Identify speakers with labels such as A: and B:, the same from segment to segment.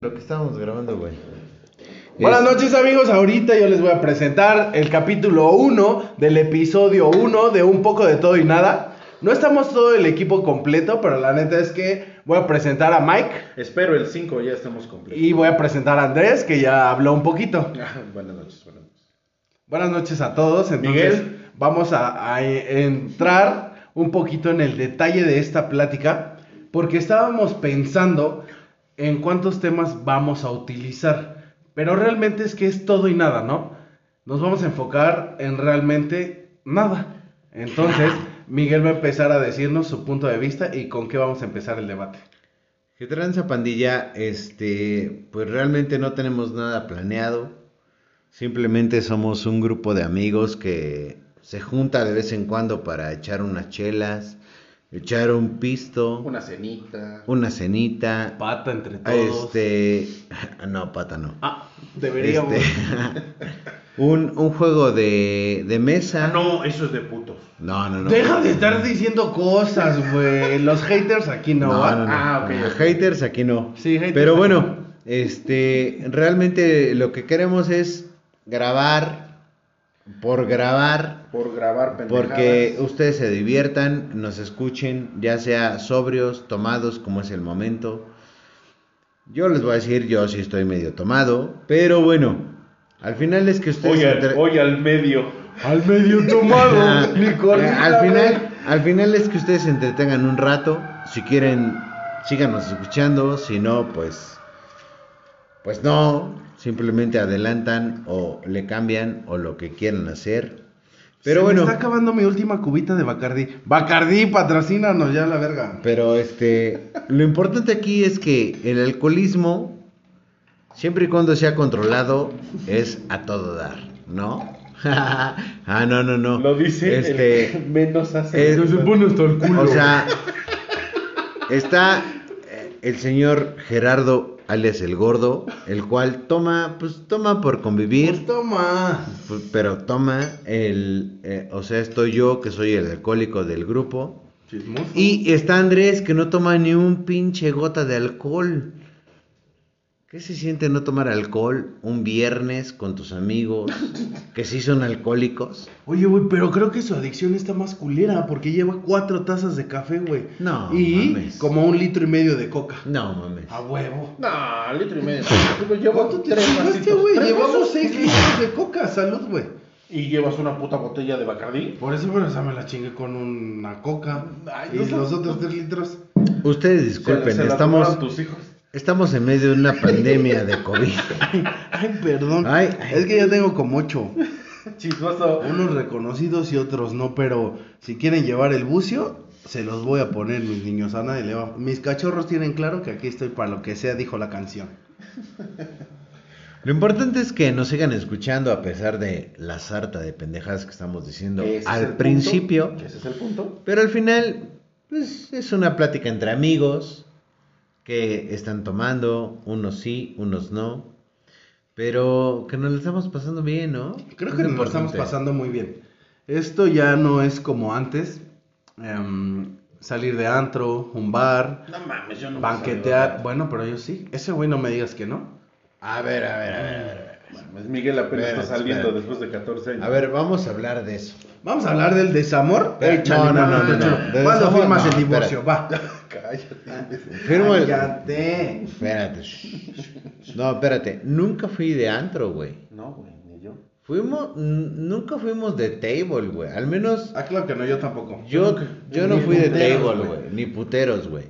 A: Lo que estábamos grabando, güey.
B: Buenas
A: Este.
B: noches amigos, ahorita yo les voy a presentar el capítulo 1 del episodio 1 de Un poco de todo y nada. No estamos todo el equipo completo, pero la neta es que voy a presentar a Mike
C: Espero el 5 ya estamos completos. Ah,
B: y voy a presentar a Andrés, que ya habló un poquito.
C: buenas noches, buenas noches.
B: Buenas noches a todos, entonces
C: Miguel.
B: vamos a, a entrar un poquito en el detalle de esta plática, porque estábamos pensando en cuántos temas vamos a utilizar, pero realmente es que es todo y nada, ¿no? Nos vamos a enfocar en realmente nada. Entonces, Miguel va a empezar a decirnos su punto de vista y con qué vamos a empezar el debate.
A: ¿Qué tranza pandilla? Este, pues realmente no tenemos nada planeado. Simplemente somos un grupo de amigos que se junta de vez en cuando para echar unas chelas, echar un pisto, una,
C: Una cenita.
A: cenita.
B: Pata entre todos.
A: Este, no, pata no.
B: Ah, deberíamos.
A: Este, un, un juego de, de mesa.
C: Ah, No, eso es de putos.
A: no, no. no.
B: Ah, Deja de estar diciendo cosas, güey. Los haters aquí no.
A: No,
B: van.
A: no, no.
C: Ah, ok,
A: Ajá,
C: ok.
A: Haters aquí no.
B: Sí, haters
A: Pero
B: aquí
A: bueno, este, realmente lo que queremos es grabar por grabar,
C: Por grabar pendejadas.
A: porque ustedes se diviertan, nos escuchen, ya sea sobrios, tomados, como es el momento. Yo les voy a decir, yo sí estoy medio tomado, pero bueno, al final es que ustedes...
C: Hoy al,
A: entre-
C: hoy al medio.
B: Al medio tomado, mi
A: Ah, al final, al final es que ustedes se entretengan un rato. Si quieren, síganos escuchando. Si no, pues, pues no. Simplemente adelantan o le cambian o lo que quieran hacer. Pero bueno,
B: está acabando mi última cubita de Bacardi. Bacardi, patrocínanos ya la verga.
A: pero este, lo importante aquí es que el alcoholismo, siempre y cuando sea controlado, es a todo dar, ¿no? ah, no, no, no.
C: Lo dice
A: Este,
C: el que menos hace.
A: es-
B: Se pone hasta el culo.
A: O sea, está eh, el señor Gerardo, alias el gordo, el cual toma, pues toma por convivir,
B: toma.
A: pues, pero toma el, eh, o sea, estoy yo que soy el alcohólico del grupo.
B: Chismoso.
A: Y está Andrés que no toma ni un pinche gota de alcohol. ¿Qué se siente no tomar alcohol un viernes con tus amigos que sí son alcohólicos?
B: Oye, güey, pero creo que su adicción está más culera porque lleva cuatro tazas de café, güey.
A: No,
B: Y
A: mames.
B: como un litro y medio de coca.
A: No mames.
C: Ah,
B: A huevo.
C: No, litro y medio. Yo llevo tres
B: Este,
C: vasitos.
B: güey,
C: Tres
B: llevamos
C: vasos.
B: seis litros de coca. Salud, güey.
C: Y llevas una puta botella de Bacardí.
B: Por eso, pero esa me la chingué con una coca.
C: Ay,
B: y
C: no sé.
B: los otros tres litros.
A: Ustedes
C: Se la-
A: disculpen,
C: se la
A: estamos...
C: tomaron tus hijos.
A: Estamos en medio de una pandemia de COVID.
B: Ay, perdón.
A: Ay.
B: Es que ya tengo como ocho.
C: Chismoso.
B: Unos reconocidos y otros no, pero si quieren llevar el bucio, se los voy a poner, mis niños. A nadie le va. Mis cachorros tienen claro que aquí estoy para lo que sea, dijo la canción.
A: Lo importante es que nos sigan escuchando a pesar de la sarta de pendejadas que estamos diciendo
C: Ese es el
A: al
C: punto.
A: principio.
C: Ese es el punto.
A: Pero al final, pues es una plática entre amigos que están tomando, unos sí, unos no. Pero que nos lo estamos pasando bien, ¿no?
B: Creo
A: Es
B: que nos lo
A: importante.
B: estamos pasando muy bien. Esto ya no es como antes. em, salir de antro, un bar,
C: No mames, yo no.
B: banquetear. Bueno, pero yo sí. Ese güey no me digas que no.
A: A ver, a ver, a ver, a ver.
C: Bueno, es Miguel apenas está
A: Espérate,
C: saliendo
A: espérate.
C: después de 14 años.
A: A ver, vamos a hablar de eso.
B: Vamos a hablar del desamor.
A: Pero- no,
B: Échale,
A: no, no, no,
B: échale.
A: no. Del
B: ¿Cuándo
A: desamor,
B: firmas
A: no,
B: el divorcio? Va.
C: Cállate.
A: Firmo el-
B: Cállate.
A: Espérate. shh, shh, shh. No, espérate. Nunca fui de antro, güey.
C: No, güey, ni yo.
A: Fuimos, n- nunca fuimos de table, güey. Al menos
B: Ah, claro que no, yo tampoco.
A: yo, yo no
B: ni
A: fui de
B: puteros,
A: table,
B: güey.
A: güey. Ni puteros, güey.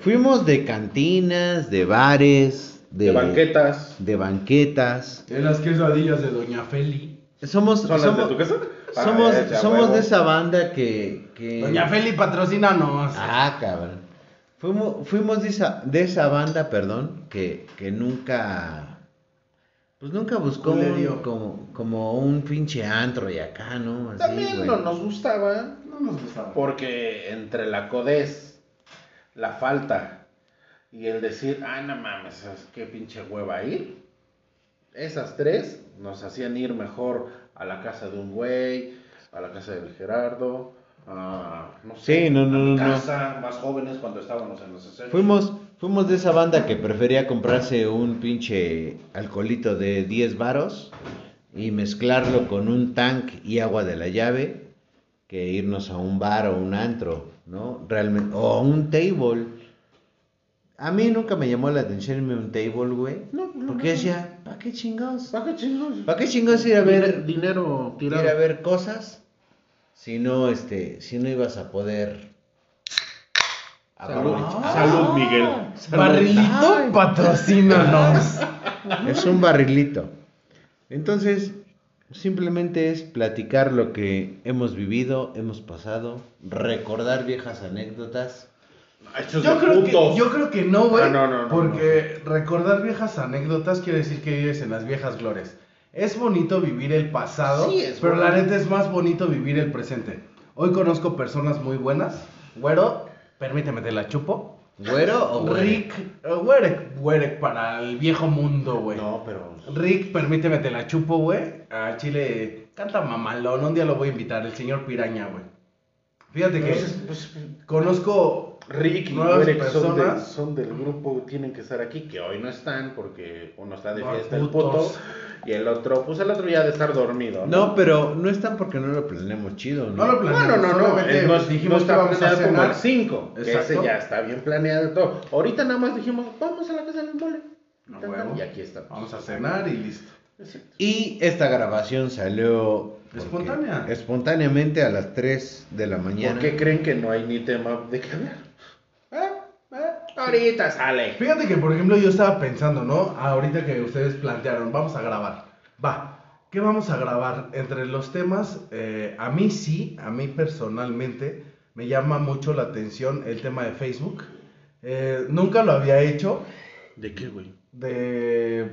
A: Fuimos de cantinas, de bares, de,
C: De banquetas.
A: de banquetas.
B: De las quesadillas de Doña Feli.
A: Somos,
C: ¿Son las
A: somos,
C: de tu casa?
A: somos,
C: Ah, ya, ya,
A: somos
C: huevo.
A: de esa banda que, que-
B: Doña Feli, patrocínanos.
A: Ah, cabrón. Fuimos, fuimos de, esa, de esa banda, perdón, que, que nunca. Pues nunca buscó un-
B: Culerio.
A: como, como un pinche antro y acá, ¿no? Así,
C: También
A: güey.
C: no nos gustaba
B: No nos gustaba.
C: porque entre la codez, la falta y el decir, ah, no mames, es- qué pinche hueva ir. Esas tres nos hacían ir mejor a la casa de un güey, a la casa del Gerardo, a, no sé,
A: Sí, no, no,
C: a mi
A: no, no.
C: casa, más jóvenes cuando estábamos en los 60.
A: Fuimos, Fuimos de esa banda que prefería comprarse un pinche alcoholito de 10 varos y mezclarlo con un tank y agua de la llave que irnos a un bar o un antro, ¿no? Realmente, o a un table. A mí nunca me llamó la atención irme a un table, güey.
C: No, no,
A: Porque
C: no.
A: decía, ¿para qué chingados?
C: ¿Para qué chingos?
A: ¿Para qué chingados ir a ver
C: dinero tirado?
A: ir a ver cosas si no este si no ibas a poder
C: Salud.
A: aprovechar.
C: Salud, Miguel.
B: Barrilito, patrocínanos.
A: es un barrilito entonces simplemente es platicar lo que hemos vivido hemos pasado recordar viejas anécdotas
C: Ay, estos
B: Yo
C: de
B: creo, que,
C: putos.
B: yo creo que no, güey.
C: Ah, no, no, no,
B: porque recordar viejas anécdotas quiere decir que vives en las viejas glorias. Es bonito vivir el pasado,
C: Sí, es
B: pero la
C: bonito.
B: neta es más bonito vivir el presente. Hoy conozco personas muy buenas. Güero, permíteme, te la chupo.
A: güero o güero?
B: Rick, eh, güerec, güerec para el viejo mundo, güey.
C: No, pero.
B: Rick, permíteme, te la chupo, güey. A Chile, canta mamalón. Un día lo voy a invitar, el señor Piraña, güey. Fíjate que
C: Entonces, pues,
B: conozco
C: Rick y
B: Nuevas
C: Derek son, de-
B: personas.
C: son del grupo, tienen que estar aquí, que hoy no están porque uno está de
B: Ah,
C: fiesta, el
B: putos.
C: puto, y el otro, pues el otro ya ha de estar dormido.
A: no pero no están porque no lo planeamos chido no,
B: No lo
C: No, no, no, no,
B: Solamente
C: eh, no, no
B: dijimos que
C: está
B: íbamos a
C: planeado como
B: cenar.
C: el 5, que
B: Exacto.
C: ese ya está bien planeado y todo. Ahorita nada más dijimos, vamos a la casa del mole.
B: No,
C: Tan, tan,
B: huevo.
C: Y aquí estamos.
B: Vamos a cenar y listo.
C: Exacto.
A: Y esta grabación salió porque-
B: Espontánea.
A: espontáneamente a las 3 de la mañana.
C: ¿Por qué creen que no hay ni tema de qué hablar? Ah, ah, Ahorita sale.
B: Fíjate que, por ejemplo, yo estaba pensando, ¿no? Ahorita que ustedes plantearon, vamos a grabar. Va, ¿qué vamos a grabar? Entre los temas, eh, a mí sí, a mí personalmente, me llama mucho la atención el tema de Facebook. Eh, nunca lo había hecho
C: ¿De qué, güey?
B: de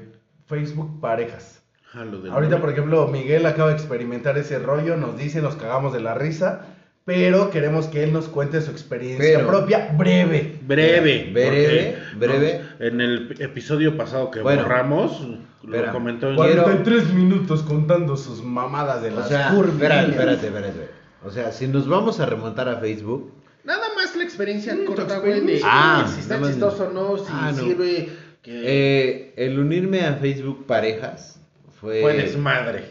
B: Facebook parejas.
C: Ah, lo del
B: Ahorita,
C: mole.
B: por ejemplo, Miguel acaba de experimentar ese rollo, nos dice, nos cagamos de la risa, pero queremos que él nos cuente su experiencia
A: Pero-
B: propia, breve.
C: Breve,
A: Breve,
C: porque,
A: breve.
C: no, en el episodio pasado que
A: Bueno,
C: borramos, lo
A: espera,
C: comentó en-
A: Quiero-
B: 43 minutos contando sus mamadas de
A: O
B: las
A: sea,
B: curvilíneas.
A: espérate, espérate, espérate. O sea, si nos vamos a remontar a Facebook,
C: Nada más la experiencia
B: Sí, tu
C: corta, güey, de
B: experiencia.
A: Mm, Ah,
C: si está
A: nada más-
C: chistoso o no, si
A: Ah, no.
C: sirve que
A: eh, el unirme a Facebook parejas fue...
C: fue desmadre.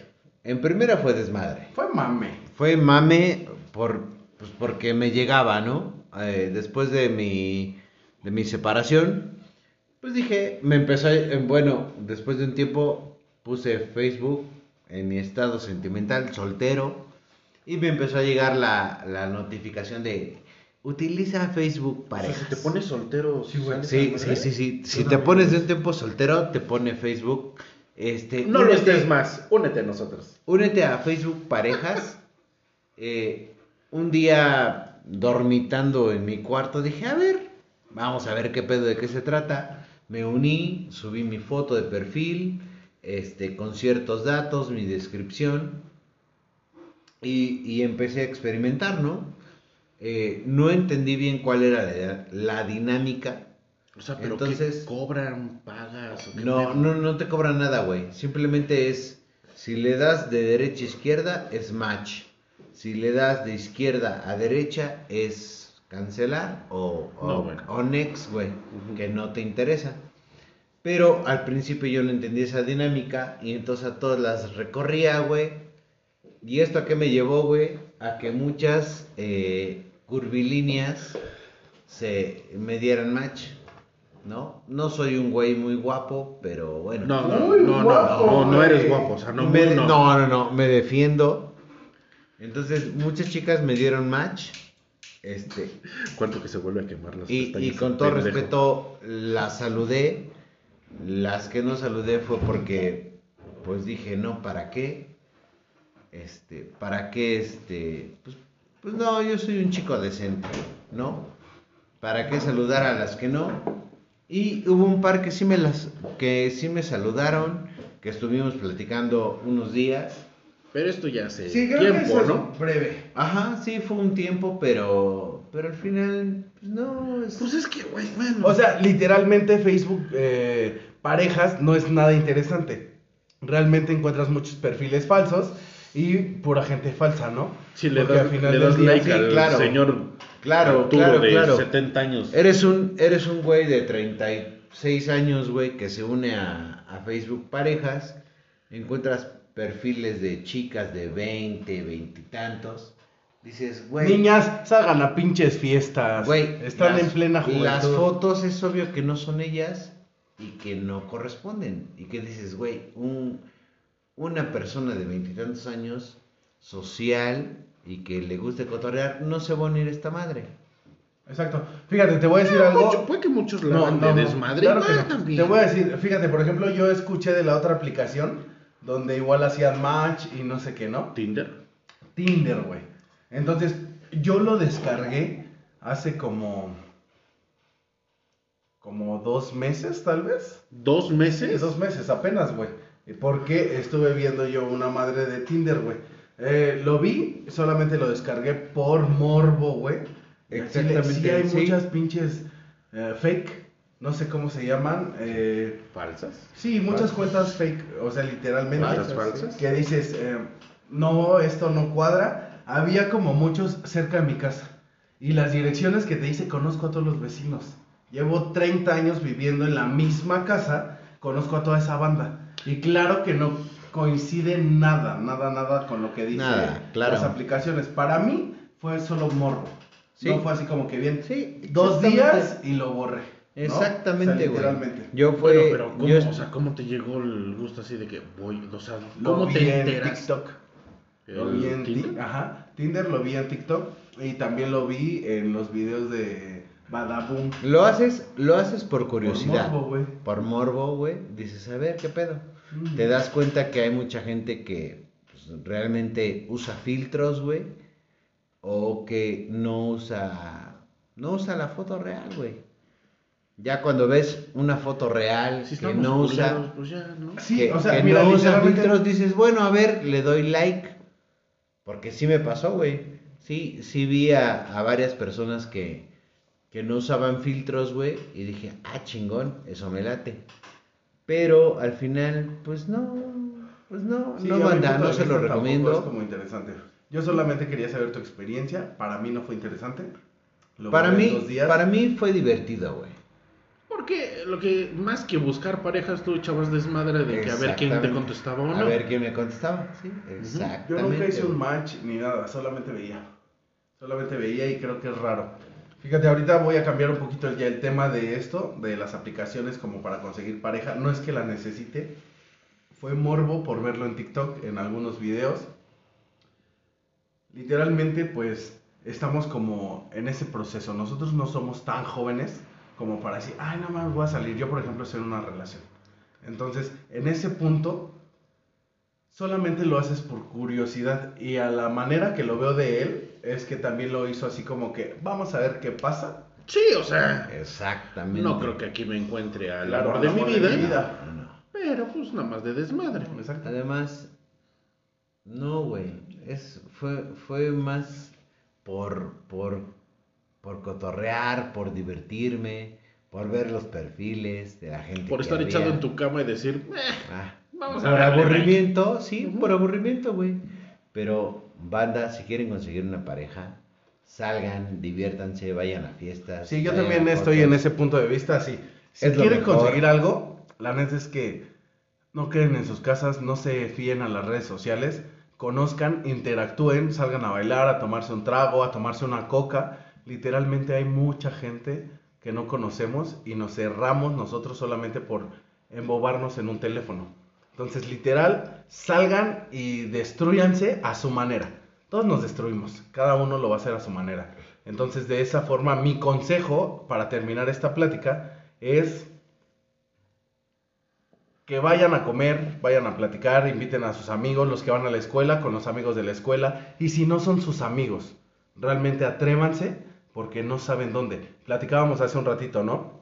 A: En primera fue desmadre.
B: Fue mame.
A: Fue mame por, pues, porque me llegaba, ¿no? Eh, después de mi, de mi separación, pues dije, me empezó, a- eh, bueno, después de un tiempo puse Facebook en mi estado sentimental, soltero, y me empezó a llegar la, la notificación de, utiliza Facebook
C: O sea,
A: parejas.
C: si te pones soltero,
B: Sí, güey.
C: sales
A: Sí,
C: al
A: sí,
C: revés.
A: sí, sí. Si te pones de un tiempo soltero, te pone Facebook. Este,
C: No lo
A: únete-
C: estés más, únete a nosotros.
A: Únete a Facebook Parejas. Eh, un día dormitando en mi cuarto dije, a ver, vamos a ver qué pedo de qué se trata. Me uní, subí mi foto de perfil, este, con ciertos datos, mi descripción. Y, y empecé a experimentar, ¿no? Eh, no entendí bien cuál era la- la dinámica.
C: O sea,
A: pero
C: pero
A: ¿qué
C: Entonces, cobran, pagas o
A: No, no, no te cobra nada, güey. Simplemente es, si le das de derecha a izquierda, es match. Si le das de izquierda a derecha, es cancelar o, o,
C: No, bueno.
A: o next, güey,
C: Ujú.
A: que no te interesa. Pero al principio yo no entendí esa dinámica y entonces a todas las recorría, güey. ¿Y esto a qué me llevó, güey? A que muchas eh, curvilíneas se me dieran match, ¿no? No soy un güey muy guapo, pero bueno.
C: No, no,
B: Muy
C: no, no,
B: guapo,
C: no, no eres
B: güey.
C: guapo, o sea, no,
A: Me de-
C: no.
A: no, no, no, me defiendo. Entonces, muchas chicas me dieron match. Este,
C: ¿Cuánto que se vuelve a quemar las
A: y, y
C: pestañas,
A: con todo
C: pendejo?
A: respeto, las saludé. Las que no saludé fue porque, pues dije, no, ¿para qué? Este, ¿para qué? Este, pues, pues no, yo soy un chico decente, ¿no? ¿Para qué saludar a las que no? Y hubo un par que sí me las, que sí me saludaron, que estuvimos platicando unos días.
C: Pero esto ya hace
B: Sí, creo que
C: tiempo,
B: eso
C: ¿no?
B: es breve.
A: Ajá, sí, fue un tiempo, pero, pero al final, pues no, es-
C: Pues es que, güey, bueno.
B: O sea, literalmente Facebook eh, parejas no es nada interesante. Realmente encuentras muchos perfiles falsos y pura gente falsa, ¿no?
C: si le
B: Porque
C: das,
B: al final
C: le
B: del
C: das
B: día-
C: like
A: sí,
C: al
A: claro.
C: señor
A: Claro,
C: Arturo
A: claro,
C: de
A: claro.
C: 70 años.
A: Eres un, eres un güey de 36 años, güey, que se une a, a Facebook Parejas. Encuentras perfiles de chicas de 20, 20 y tantos. Dices, güey.
B: Niñas, salgan a pinches fiestas.
A: güey,
B: Están
A: las-
B: en plena juventud.
A: Las fotos es obvio que no son ellas y que no corresponden. Y que dices, güey, un, una persona de veintitantos años, social y que le guste cotorrear, no se va a unir a esta madre.
B: Exacto. Fíjate, te voy a decir algo.
C: Mucho- puede que muchos la van de desmadre.
B: claro
C: Ah,
B: que no.
C: también.
B: Te voy a decir, fíjate, por ejemplo, yo escuché de la otra aplicación donde igual hacían match y no sé qué, ¿no?
C: Tinder.
B: Tinder, güey. Entonces, yo lo descargué hace como. como dos meses, tal vez.
C: ¿Dos
B: Sí,
C: meses?
B: dos meses apenas, güey. Porque estuve viendo yo una madre de Tinder, güey. Eh, lo vi, solamente lo descargué por morbo, güey.
A: Exactamente,
B: Sí, hay
A: sí.
B: muchas pinches eh, fake, no sé cómo se llaman. eh,
C: ¿Falsas?
B: sí, muchas
C: Falsas.
B: cuentas fake, o sea, literalmente.
C: Falsas, falsas.
B: Que dices, eh, no, esto no cuadra. Había como muchos cerca de mi casa. Y las direcciones que te dice, conozco a todos los vecinos. Llevo 30 años viviendo en la misma casa, conozco a toda esa banda. Y claro que no coincide nada, nada, nada con lo que dice
A: Nada, claro.
B: las aplicaciones. Para mí fue solo morro.
A: Sí.
B: No fue así como que bien.
A: Sí,
B: Dos
A: exactamente.
B: días y lo borré. ¿no? O
A: Exactamente,
B: sea,
A: güey.
B: literalmente.
A: yo fue.
C: Bueno, pero ¿cómo,
A: yo-
C: o sea, ¿cómo te llegó el gusto así de que voy? O sea,
B: Lo
C: ¿cómo
B: vi
C: te
B: en
C: enteras?
B: TikTok. Lo
C: ¿El
B: vi en Ti-
C: Tinder?
B: ajá, Tinder lo vi en TikTok y también lo vi en los videos de Badaboom.
A: Lo haces, lo haces por curiosidad.
B: morbo, güey.
A: Por morbo, güey. Dices, a ver, ¿qué pedo?
B: Mm.
A: Te das cuenta que hay mucha gente que pues, realmente usa filtros, güey. O que no usa, no usa la foto real, güey. Ya cuando ves una foto real
C: Si
A: que
C: estamos
A: no
C: culeros,
A: usa,
C: pues ya, ¿no?
B: Sí,
A: que,
B: o sea,
A: que
B: mira,
A: no usa
B: literalmente-
A: filtros, dices, bueno, a ver, le doy like. Porque sí me pasó, güey. Sí, sí vi a, a varias personas que, que no usaban filtros, güey. Y dije, ah, chingón, eso me late. Pero al final, pues no, pues no,
B: Sí, a
A: no
B: mi
A: manda,
B: punto
A: no
B: de
A: se
B: vista
A: lo
B: tampoco Es
A: recomiendo.
B: como interesante. Yo solamente quería saber tu experiencia. Para mí no fue interesante. Lo
A: Para
B: borré en
A: mí,
B: dos días.
A: para mí fue divertido, güey.
C: Porque lo que más que buscar parejas, tú echabas desmadre de que a ver quién te
A: Exactamente.
C: contestaba o no.
A: A ver quién me contestaba, sí,
B: yo
A: exactamente.
B: nunca hice
A: güey.
B: un match ni nada, solamente veía. Solamente veía y creo que es raro. Fíjate, ahorita voy a cambiar un poquito ya el tema de esto, de las aplicaciones como para conseguir pareja. No es que la necesite, fue morbo por verlo en TikTok, en algunos videos. Literalmente, pues, estamos como en ese proceso. Nosotros no somos tan jóvenes como para decir, ay, nada más voy a salir. Yo, por ejemplo, estoy en una relación. Entonces, en ese punto, solamente lo haces por curiosidad. Y a la manera que lo veo de él, es que también lo hizo así como que, vamos a ver qué pasa.
C: Sí, o sea,
A: Exactamente.
C: no creo que aquí me encuentre al
B: Claro,
C: amor de
B: al
C: mi
B: amor de
C: vida,
B: mi vida.
A: No, no.
C: pero pues nada más de desmadre.
B: Exacto.
A: Además, no, güey. Es, fue, fue más por, por, por cotorrear, por divertirme, por ver los perfiles de la gente.
C: Por
A: que
C: estar
A: había.
C: echado en tu cama y decir, "Eh,
A: Ah,
C: Vamos a
A: por
C: darle
A: aburrimiento, sí, por aburrimiento, güey. Pero, banda, si quieren conseguir una pareja, salgan, diviértanse, vayan a fiestas.
B: Sí, yo
A: vayan
B: también
A: a
B: estoy
A: fotos.
B: en ese punto de vista, sí. Si
A: Es lo
B: quieren
A: mejor.
B: conseguir algo, la neta es que no queden en sus casas, no se fíen a las redes sociales, conozcan, interactúen, salgan a bailar, a tomarse un trago, a tomarse una coca. Literalmente hay mucha gente que no conocemos y nos cerramos nosotros solamente por embobarnos en un teléfono. Entonces, literal, salgan y destruyanse a su manera. Todos nos destruimos, cada uno lo va a hacer a su manera. Entonces, de esa forma, mi consejo para terminar esta plática es que vayan a comer, vayan a platicar, inviten a sus amigos, los que van a la escuela, con los amigos de la escuela, y si no son sus amigos, realmente atrévanse porque no saben dónde. Platicábamos hace un ratito, ¿no?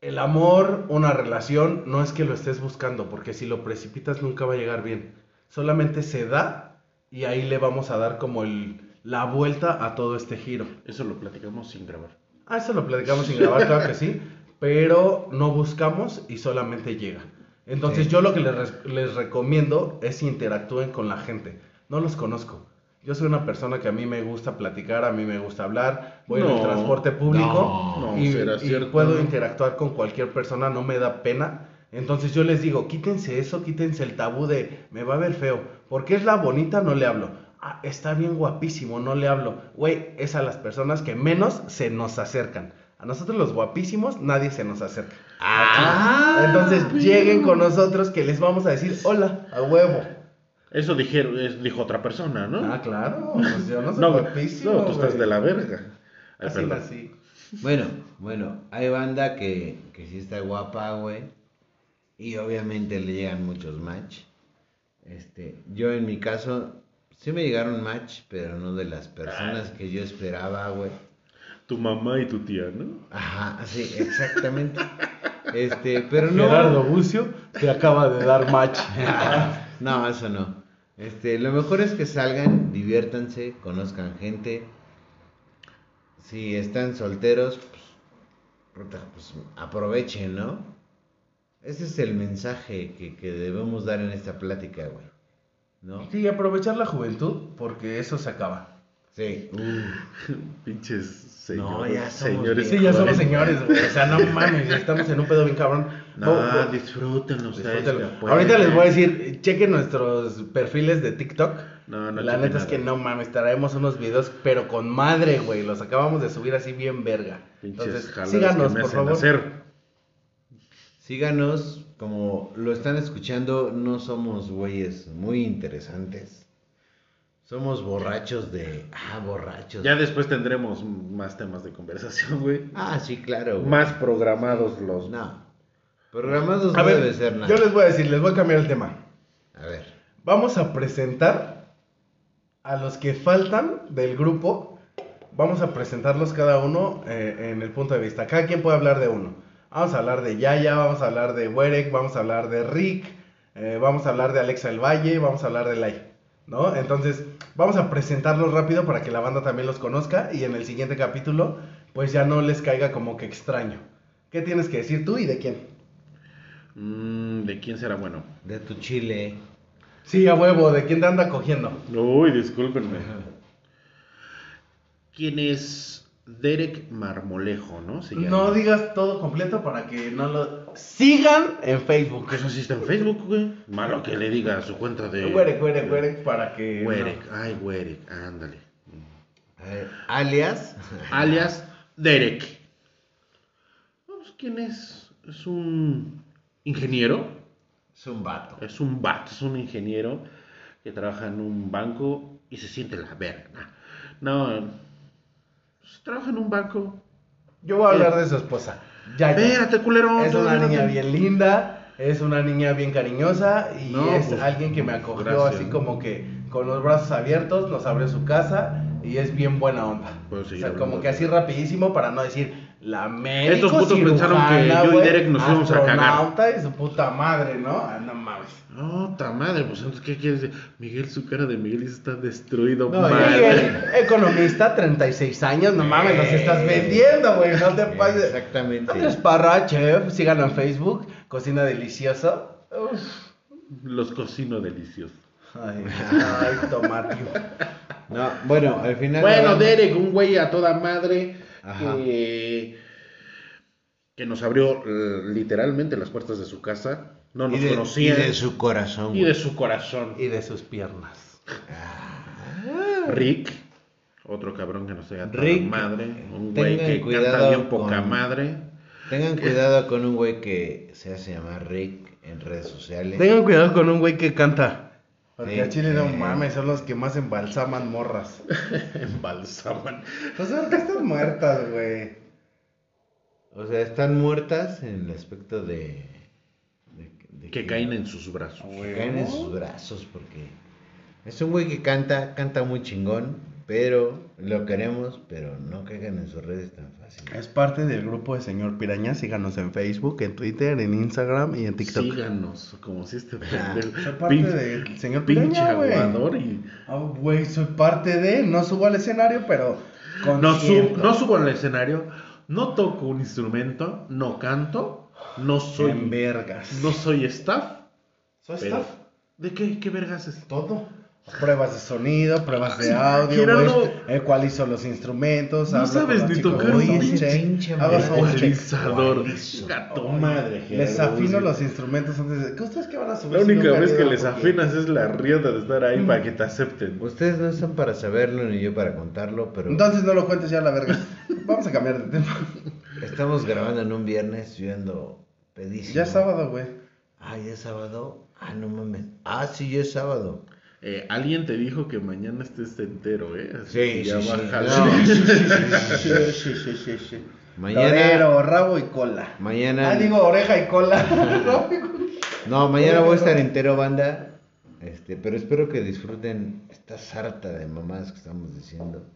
B: El amor, una relación, no es que lo estés buscando, porque si lo precipitas nunca va a llegar bien. Solamente se da y ahí le vamos a dar como el, la vuelta a todo este giro.
C: Eso lo platicamos sin grabar.
B: Ah, eso lo platicamos sin grabar, claro que sí. Pero no buscamos y solamente llega. Entonces,
A: Sí.
B: yo lo que les, res- les recomiendo es interactúen con la gente. No los conozco. Yo soy una persona que a mí me gusta platicar, a mí me gusta hablar, voy en el
C: No,
B: transporte público
C: no, no
B: y,
C: será
B: y
C: cierto.
B: puedo interactuar con cualquier persona, no me da pena. Entonces yo les digo, quítense eso, quítense el tabú de me va a ver feo, porque es la bonita, no le hablo. Ah, está bien guapísimo, no le hablo. Güey, es a las personas que menos se nos acercan. A nosotros los guapísimos nadie se nos acerca.
C: Ah,
A: Ah,
B: Entonces lleguen con nosotros que les vamos a decir hola, a huevo.
C: Eso dijeron, es- dijo otra persona, ¿no?
B: Ah, claro, pues yo no soy
C: no,
B: guapísimo.
C: no, tú estás
B: güey.
C: de la verga. Ay,
B: Así
C: perdón.
B: nací.
A: Bueno, bueno, hay banda que, que sí está guapa, güey. Y obviamente le llegan muchos match. Este, yo en mi caso, sí me llegaron match, pero no de las personas que yo esperaba, güey.
C: Tu mamá y tu tía, ¿no?
A: Ajá, sí, exactamente. Este, pero no.
B: Gerardo Bucio te acaba de dar match.
A: Ah, No, eso no. Este, lo mejor es que salgan, diviértanse, conozcan gente. Si están solteros, pues, puta, pues, aprovechen, ¿no? Ese es el mensaje que, que debemos dar en esta plática, güey. ¿No?
B: Sí, aprovechar la juventud porque eso se acaba.
A: Sí. Uh,
C: Pinches señores.
A: No, ya somos viejos.
C: señores
B: Sí, ya somos
C: cuarenta.
B: señores, güey. O sea, no mames, estamos en un pedo bien cabrón.
C: No,
B: Bo- bo-
C: disfrútenlo. ustedes,
B: disfrútalo.
C: que pueden.
B: Ahorita les voy a decir, chequen nuestros perfiles de TikTok.
C: No, no
B: la
C: chequen
B: neta es
C: nada.
B: que no mames, traemos unos videos, pero con madre, güey. Los acabamos de subir así bien verga.
C: Pinches
B: Entonces,
C: jaladas
B: síganos,
C: que me
B: por
C: hacen
B: favor.
C: hacer.
A: síganos, como lo están escuchando, no somos güeyes muy interesantes. Somos borrachos de. Ah, borrachos.
C: Ya después tendremos más temas de conversación, güey.
A: Ah, sí, claro. güey.
C: Más programados los.
A: Pues No. Programados
B: A
A: no
B: ver,
A: debe ser nada.
B: yo les voy a decir, les voy a cambiar el tema.
A: A ver.
B: Vamos a presentar a los que faltan del grupo. Vamos a presentarlos cada uno eh, en el punto de vista. Cada quien puede hablar de uno. Vamos a hablar de Yaya, vamos a hablar de Werek, vamos a hablar de Rick, eh, vamos a hablar de Alexa del Valle, vamos a hablar de Lai. ¿No? Entonces, vamos a presentarlos rápido para que la banda también los conozca y en el siguiente capítulo, pues ya no les caiga como que extraño. ¿Qué tienes que decir tú y de quién?
C: Mm, ¿De quién será bueno?
A: De tu chile.
B: Sí, a huevo, ¿de quién te anda cogiendo?
C: Uy, discúlpenme. ¿Quién es Derek Marmolejo, no? Se llama.
B: No digas todo completo para que no lo sigan en Facebook.
C: Porque eso sí está en Facebook, güey. Malo que le diga a su cuenta de.
B: Güere, güere, güere, para que. no.
C: Werek, ay, Werek, ándale.
A: A ver, alias.
C: Alias Derek. Vamos, ¿quién es? Es un ingeniero.
A: Es un vato.
C: Es un vato, es un ingeniero que trabaja en un banco y se siente la verga. No, no, pues, trabaja en un banco.
B: Yo voy a hablar de su esposa. Ya, ya.
C: Eh. Espérate, culero.
B: Es una
C: todavía no
B: niña
C: te-
B: bien linda, es una niña bien cariñosa y
C: No,
B: es
C: pues,
B: alguien que me acogió
C: gracias,
B: así
C: ¿no?
B: como que con los brazos abiertos, nos abrió su casa y es bien buena onda.
C: Puedo seguir
B: o sea,
C: hablando.
B: como que así rapidísimo para no decir la médico
C: Estos putos pensaron que
B: cirujana,
C: yo y
B: güey,
C: Derek nos íbamos a cagar.
B: astronauta y su puta madre, ¿no? Ah, no mames.
C: No, ta madre, pues entonces, ¿qué quieres decir? Miguel, su cara de Miguel está destruido.
B: No,
C: mal.
B: Miguel, economista, 36 años, no mames, los estás vendiendo, güey, no te pases.
A: Exactamente.
B: No te esparra, chef, síganlo en Facebook, cocina deliciosa. Uf.
C: Los cocino deliciosos.
B: Ay, ay, tomatio.
A: No, bueno, al final.
C: Bueno,
A: la-
C: Derek, un güey a toda madre
A: Ajá.
C: que, que nos abrió eh, literalmente las puertas de su casa. No
A: Y
C: nos
A: de, y
C: conocía.
A: de su corazón.
C: y de
A: güey.
C: su corazón.
B: Y de sus piernas.
C: Rick, otro cabrón que nos sea
A: Rick,
C: madre. Un güey
A: tengan
C: que canta
A: cuidado
C: bien poca
A: con-
C: madre.
A: Tengan cuidado con un güey que se hace llamar Rick en redes sociales.
B: Tengan cuidado con un güey que canta. Porque
A: Sí.
B: a Chile no mames, son los que más embalsaman morras.
C: Embalsaban.
B: Pues son que están muertas, güey.
A: O sea, están muertas en el aspecto de. de- de
C: Que caen en sus brazos.
A: que caen en sus brazos porque. Es un güey que canta, canta muy chingón, pero lo queremos, pero no caigan en sus redes tan fácil.
B: Es parte del grupo de Señor Piraña. Síganos en Facebook, en Twitter, en Instagram y en TikTok.
C: Síganos, como si este
A: Ah,
C: pendejo-
B: soy parte
C: Pin-
B: del señor
C: pinche
B: Piraña, güey.
C: aguador y
B: Ah, güey, soy parte de. No subo al escenario, pero.
C: no, sub-
B: consiento.
C: no subo al escenario, no toco un instrumento, no canto, no soy
B: En vergas.
C: no soy staff,
B: ¿Soy
C: pero-
B: staff?
C: ¿De qué qué vergas es?
B: Todo. Pruebas de sonido, pruebas de audio,
C: Gerardo.
B: güey, eh, cuál hizo los instrumentos.
C: No
B: habla con
C: sabes
B: la
C: ni
B: chica,
C: tocar
B: güey,
C: un
B: ese
A: pinche
B: check,
A: Ah,
B: hagas
A: vas a un
C: ecualizador.
D: Chinga tu madre, Gerardo.
B: Les afino los instrumentos antes de... ¿Qué ustedes qué van a subir?
C: La
B: si
C: única
B: nunca han
C: vez que
B: ido?
C: les
B: Porque-
C: afinas es la rienda de estar ahí para que te acepten.
A: Ustedes no están para saberlo ni yo para contarlo, pero
B: Entonces no lo cuentes ya la verga. Vamos a cambiar de tema.
A: estamos grabando en un viernes yo ando pedísimo.
B: Ya es sábado, güey.
A: Ah, ya es sábado. Ah, no mames. Ah, sí, ya es sábado.
C: Eh, alguien te dijo que mañana estés entero, ¿eh? Así
A: Sí,
C: que ya
A: sí, sí.
C: bájale.
A: No.
B: Sí, sí, sí, sí, sí.
A: Mañana-
B: Lorero, rabo y cola.
A: Mañana.
B: Ah, digo oreja y cola. No, güey.
A: No, mañana voy a estar entero, banda. Este, pero espero que disfruten esta sarta de mamás que estamos diciendo.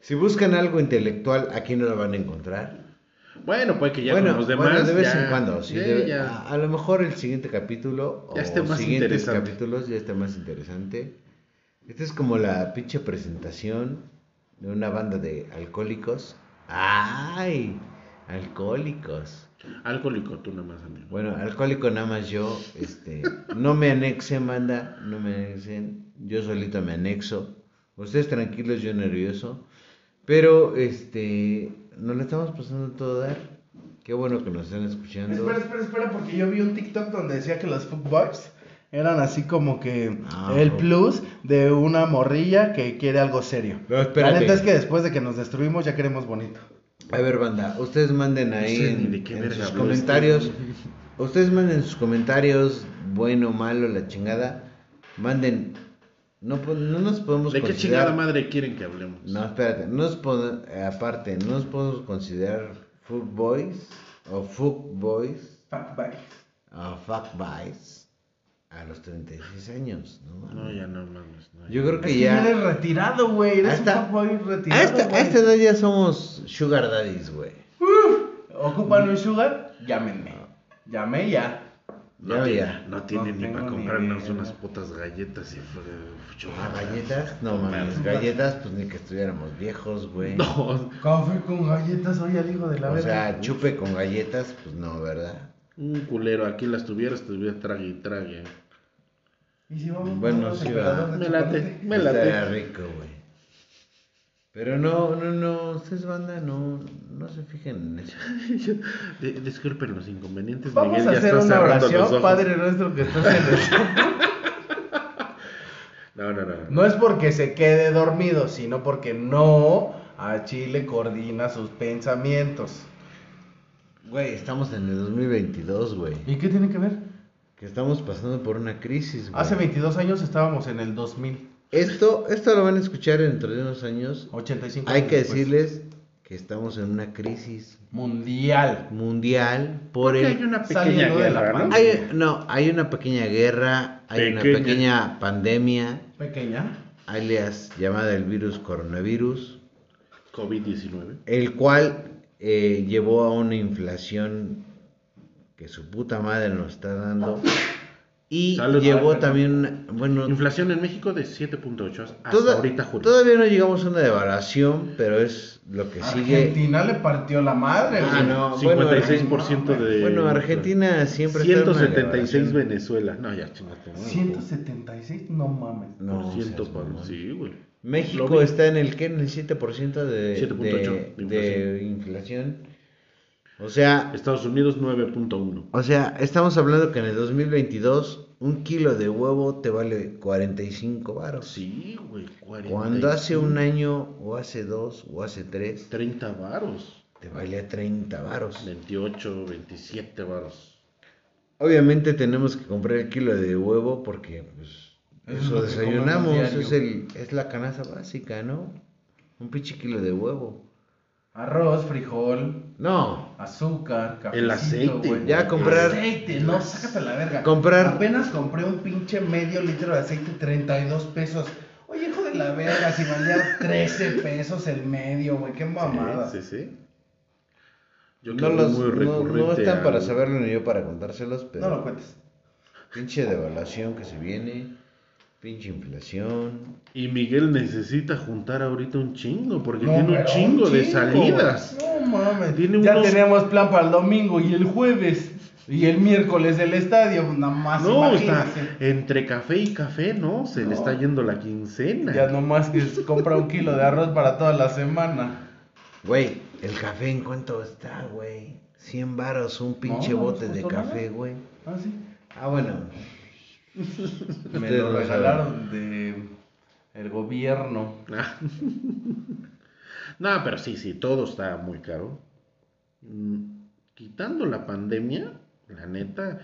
A: Si buscan algo intelectual, aquí no lo van a encontrar.
C: Bueno, pues que ya
A: bueno,
C: con los demás.
A: bueno, de vez ah.
C: ya-
A: en cuando. sí,
C: ya,
A: de-
C: ya.
A: A, a lo mejor el siguiente capítulo o
C: Ya esté más
A: siguientes
C: interesante.
A: capítulos ya está más interesante. Esta es como la pinche presentación de una banda de alcohólicos. ¡Ay! Alcohólicos.
C: Alcohólico, tú nada más, amigo.
A: Bueno, alcohólico nada más yo, este, no me anexen, manda, no me anexen, yo solito me anexo. Ustedes tranquilos, yo nervioso. Pero, este, nos lo estamos pasando a todo dar. Qué bueno que nos están escuchando.
B: Espera, espera, espera, porque yo vi un TikTok donde decía que los fuckboys eran así como que
A: Ah,
B: el
A: no.
B: plus de una morrilla que quiere algo serio.
A: No, espérate.
B: La neta es que después de que nos destruimos ya queremos bonito.
A: A ver, banda, ustedes manden ahí
C: sé ni
A: en,
C: de qué
A: en
C: verga
A: sus
C: habló este.
A: comentarios. Ustedes manden sus comentarios, bueno, malo, la chingada. Manden, no, po- no nos podemos
C: ¿De qué
A: considerar-
C: chingada madre quieren que hablemos?
A: No, espérate, no nos pod- eh, aparte, no nos podemos considerar food boys o fuck boys
B: Fuckboys.
A: o fuck boys a los 36 años, ¿no?
C: No, ya no mames. No,
A: Yo creo
B: Es
A: que
B: que ya eres
A: ya
B: retirado, güey. Eres
A: Hasta-
B: un fuckboy
A: a
B: retirado.
A: esta, a
B: güey.
A: esta edad ya somos sugar daddies, güey.
B: ¿Ocupan un sugar? Llámenme. Llamé ya.
C: No
A: Ya,
C: tiene,
A: ya.
C: no
B: No
C: tiene ni
B: tengo
C: para
B: ni
C: comprarnos
B: idea.
C: unas putas galletas y fr-
A: Ah,
C: chocolate.
A: galletas, no mames, galletas, pues ni que estuviéramos viejos, güey.
C: No,
B: Café con galletas, oye al hijo de la
A: O
B: verga.
A: sea, chupe con galletas, pues no, ¿verdad?
C: un culero, aquí las tuvieras, te hubiera trague y trague.
B: ¿Y si vamos
A: bueno,
B: a
A: sí,
B: emperador
A: va.
B: de
C: Me late.
B: chocolate?
C: Me late.
A: Estaría rico, güey. Pero no, no, no, ustedes banda, no, no se fijen en eso.
C: De- disculpen los inconvenientes.
B: Vamos
C: Miguel
B: a
C: ya
B: hacer
C: está
B: una
C: cerrando los
B: oración,
C: ojos.
B: Padre nuestro que estás en el cielo.
C: No, no, no.
B: No es porque se quede dormido, sino porque no a Chile coordina sus pensamientos.
A: Güey, estamos en el 2022, güey.
B: ¿Y qué tiene que ver?
A: Que estamos pasando por una crisis, güey.
B: Hace 22 años estábamos en el 2000,
A: Esto, esto lo van a escuchar dentro de unos años.
B: 85
A: Hay
B: años
C: Pues,
A: que
B: después.
A: decirles que estamos en una crisis
B: mundial.
A: mundial por
C: Porque
A: el...
C: hay una pequeña
B: saliendo de la
C: guerra, ¿no?
B: pan-
A: hay- no, eh. hay una pequeña guerra, hay una
C: Pequeña.
A: pequeña pandemia,
B: Pequeña.
A: alias llamada el virus coronavirus.
C: COVID-19.
A: el cual eh, llevó a una inflación que su puta madre nos está dando y
C: Salud.
A: llevó también una- bueno
C: Inflación en México de 7.8 hasta
A: toda-
C: ahorita julio.
A: todavía no llegamos a una devaluación pero es lo que sigue
B: Argentina le partió la madre,
A: Ah,
B: güey.
A: no, bueno,
C: 56% de.
A: bueno Argentina siempre está en una
C: 176
A: devaluación.
C: Venezuela. No, ya chingate.
B: 176, no mames.
A: No, seas
C: 100
A: mamón.
C: para. Sí, güey. Lo
A: México
C: vi.
A: está en el que en el 7% de,
C: 7.8
A: de-
C: de
A: de inflación o sea
C: Estados Unidos 9.1.
A: O sea, estamos hablando que en el 2022 un kilo de huevo te vale 45 varos.
C: Sí, güey. 40
A: Cuando hace un año o hace dos o hace tres
C: 30 varos.
A: te valía 30 varos.
C: 28, 27 varos.
A: Obviamente tenemos que comprar el kilo de huevo porque pues
B: Es
A: eso
B: lo que
A: desayunamos,
B: comemos diario.
A: es el es la canasta básica, ¿no? Un pinche kilo de huevo.
B: Arroz, frijol,
A: No,
B: azúcar, café.
C: El aceite,
A: ya comprar-
B: Aceite, no, sácate la verga.
A: Comprar-
B: Apenas compré un pinche medio litro de aceite, 32 pesos. Oye, hijo de la verga, si valía 13 pesos el medio, güey, qué mamada.
C: Sí, sí, sí. Yo
A: no
C: que
A: los
C: voy muy
A: no, no
C: recurrente
A: están
C: al-
A: para saberlo ni yo para contárselos,
B: No
A: pero
B: lo cuentes.
A: pinche devaluación que se viene. Pinche inflación.
C: Y Miguel necesita juntar ahorita un chingo, porque
B: No,
C: tiene un
B: pero
C: chingo, de
B: chingo.
C: salidas.
B: No mames.
C: Tiene
B: ya
C: unos-
B: teníamos plan para el domingo y el jueves y el miércoles del estadio, Pues, nada más.
C: No, está
B: imagínense.
C: entre café y café, ¿no? Se
B: No.
C: le está yendo la quincena.
B: Ya nomás que se compra un kilo de arroz para toda la semana.
A: Güey, el café en cuánto está, güey. 100 varos, un pinche
B: No, no
A: bote
B: nos
A: de
B: costó
A: café,
B: nada.
A: güey.
B: Ah, sí.
A: Ah, bueno.
B: Me
A: Ustedes
B: lo
A: lo
B: regalaron de el gobierno.
C: No, pero sí, sí, todo está muy caro. Mm, Quitando la pandemia, la neta,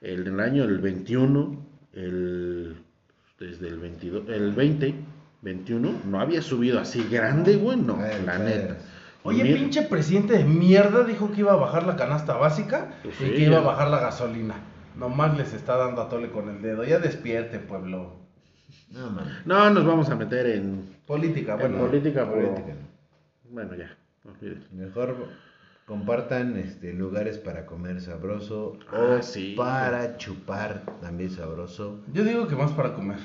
C: el, el año del 21, el, desde el 22, el 20, 21, no había subido así grande, güey, no,
A: Bueno,
C: la
A: pues.
C: neta.
B: Oye,
C: Mira,
B: pinche presidente de mierda dijo que iba a bajar la canasta básica
C: Pues
B: y
C: sí,
B: que iba a
C: ya.
B: bajar la gasolina. Nomás les está dando a tole con el dedo. Ya despierte, pueblo.
A: No, man.
C: No, nos vamos a meter en...
B: Política,
C: En
B: bueno.
C: política, pues. pero-
A: Política.
C: Bueno, ya, olvídalo.
A: Mejor compartan este, lugares para comer sabroso
C: Ah,
A: o
C: sí.
A: para chupar también sabroso.
B: Yo digo que más para comer.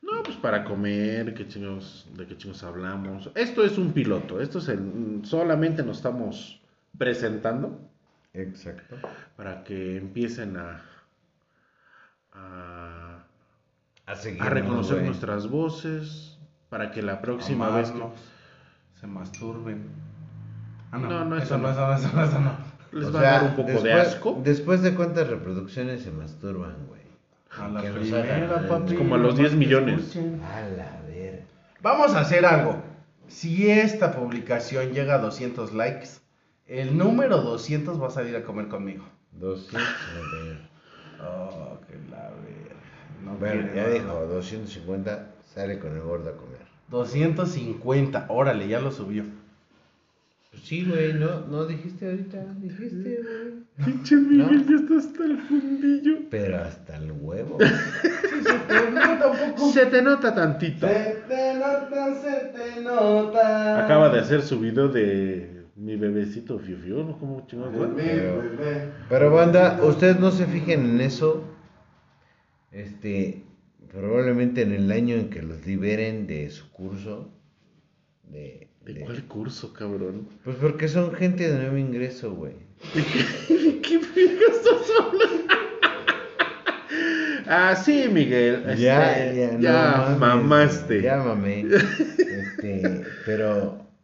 C: No, pues para comer, qué chingos, de qué chingos hablamos. Esto es un piloto, esto es el- solamente nos estamos presentando
A: Exacto.
C: para que empiecen a a,
A: A,
C: a reconocer nuestras voces, para que la próxima vez que
B: Amarnos, se masturben. Ah,
C: No, no,
B: eso
C: eso
B: no,
C: no.
B: eso no, eso no, eso no.
C: les va a dar un poco de asco,
A: Después de cuántas reproducciones se masturban, güey.
B: A la
A: Que nos
B: primera,
A: hagan-
B: papi.
C: como a los 10 millones.
B: Escuchen.
A: A la ver.
B: Vamos a hacer algo. Si esta publicación llega a 200 likes, el número 200 va a salir a comer conmigo.
A: 200. a ver.
B: Oh, que la verga. No
A: Bueno,
B: quiere,
A: ya
B: no,
A: dijo,
B: no.
A: 250 sale con el gordo a comer.
B: 250. Órale, ya lo subió.
A: Pues sí, güey, no, no dijiste ahorita, dijiste, güey.
C: Pinche
A: Miguel,
C: ya está hasta el fundillo.
A: Pero hasta el huevo.
C: Se te nota tantito.
B: Se te nota, se te nota.
C: Acaba de hacer su video de mi bebecito fiu fiu, ¿no? ¿Cómo chingados, güey?
A: Pero banda, ustedes no se fijen en eso. Este, probablemente en el año en que los liberen de su curso. De,
C: ¿De
A: de-
C: cuál curso, cabrón?
A: Pues porque son gente de nuevo ingreso, güey.
C: ¿Qué verga estás hablando? Ah, sí, Miguel. este,
A: no
C: ya
A: mames,
C: mamaste.
A: güey, Ya mamé. Este, pero.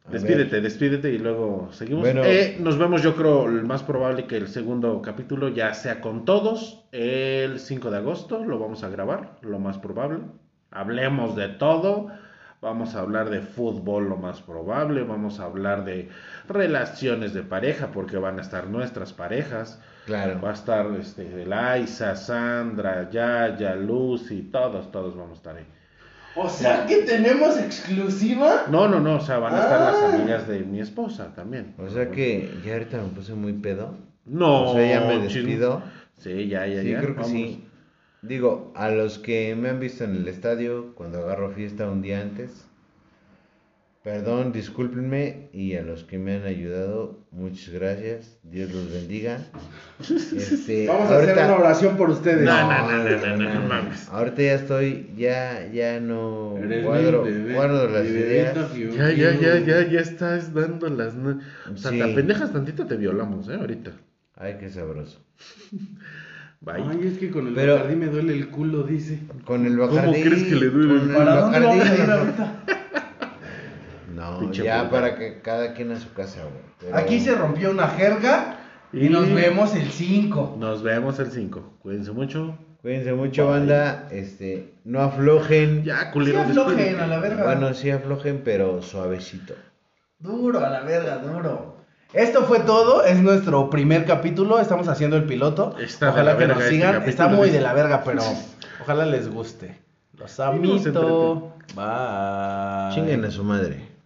A: a ver,
C: Despídete, despídete y luego seguimos.
A: Bueno.
C: Eh, nos vemos, yo creo, el más probable que el segundo capítulo ya sea con todos. El 5 de agosto lo vamos a grabar, lo más probable. Hablemos de todo. Vamos a hablar de fútbol, lo más probable. Vamos a hablar de relaciones de pareja, porque van a estar nuestras parejas.
A: Claro.
C: Va a estar este, Laisa, Sandra, Yaya, Lucy, todos, todos vamos a estar ahí.
B: O sea que tenemos exclusiva.
C: No, no, no, o sea, van a estar
B: Ah.
C: las amigas de mi esposa también.
A: O sea que ya ahorita me puse muy pedo.
C: No,
A: o sea, ya me
C: chin-
A: despido.
C: Sí, ya, ya,
A: Sí,
C: ya.
A: creo que
C: vamos.
A: sí. Digo, a los que me han visto en el estadio cuando agarro fiesta un día antes, perdón, discúlpenme. Y a los que me han ayudado, muchas gracias. Dios los bendiga. Este,
B: Vamos a
A: ahorita-
B: hacer una oración por ustedes.
C: No, no, no, no, no, no, no mames.
A: Ahorita ya estoy, ya, ya no
B: Eres
A: cuadro,
B: mi bebé,
A: guardo las
B: mi bebito
A: ideas.
B: fiu,
C: Ya, ya,
B: fiu.
C: ya, ya, ya estás dando las. na- O sea,
A: Sí.
C: te pendejas tantito, te violamos, ¿eh? Ahorita.
A: Ay, qué sabroso.
C: Bye.
B: Ay, es que con el
A: Pero-
B: Bacardí me duele el culo, dice.
A: Con el
C: ¿Cómo
A: Bacardí.
C: crees que le duele?
A: con el
B: ¿Para dónde
A: Bacardí,
B: vamos a ir
A: no, no.
B: ahorita?
A: No,
C: Pinche
A: ya
C: puta.
A: para que cada quien a su casa, güey. Pero-
B: Aquí se rompió una jerga y,
C: Y-
B: nos vemos el 5.
C: Nos vemos el 5. Cuídense mucho.
A: Cuídense mucho, banda. Este, no aflojen.
B: Sí
C: Ya, culero.
B: aflojen
C: despídete.
B: a la verga.
A: Bueno, sí aflojen, pero suavecito.
B: Duro, a la verga, duro. Esto fue todo, es nuestro primer capítulo, estamos haciendo el piloto.
C: Está de
B: ojalá que
C: la verga
B: nos
C: este
B: sigan,
C: capítulo,
B: está muy
C: dice.
B: de la verga, pero ojalá les guste. Los
C: nos
B: amito. Bye.
A: Chinguen a su madre.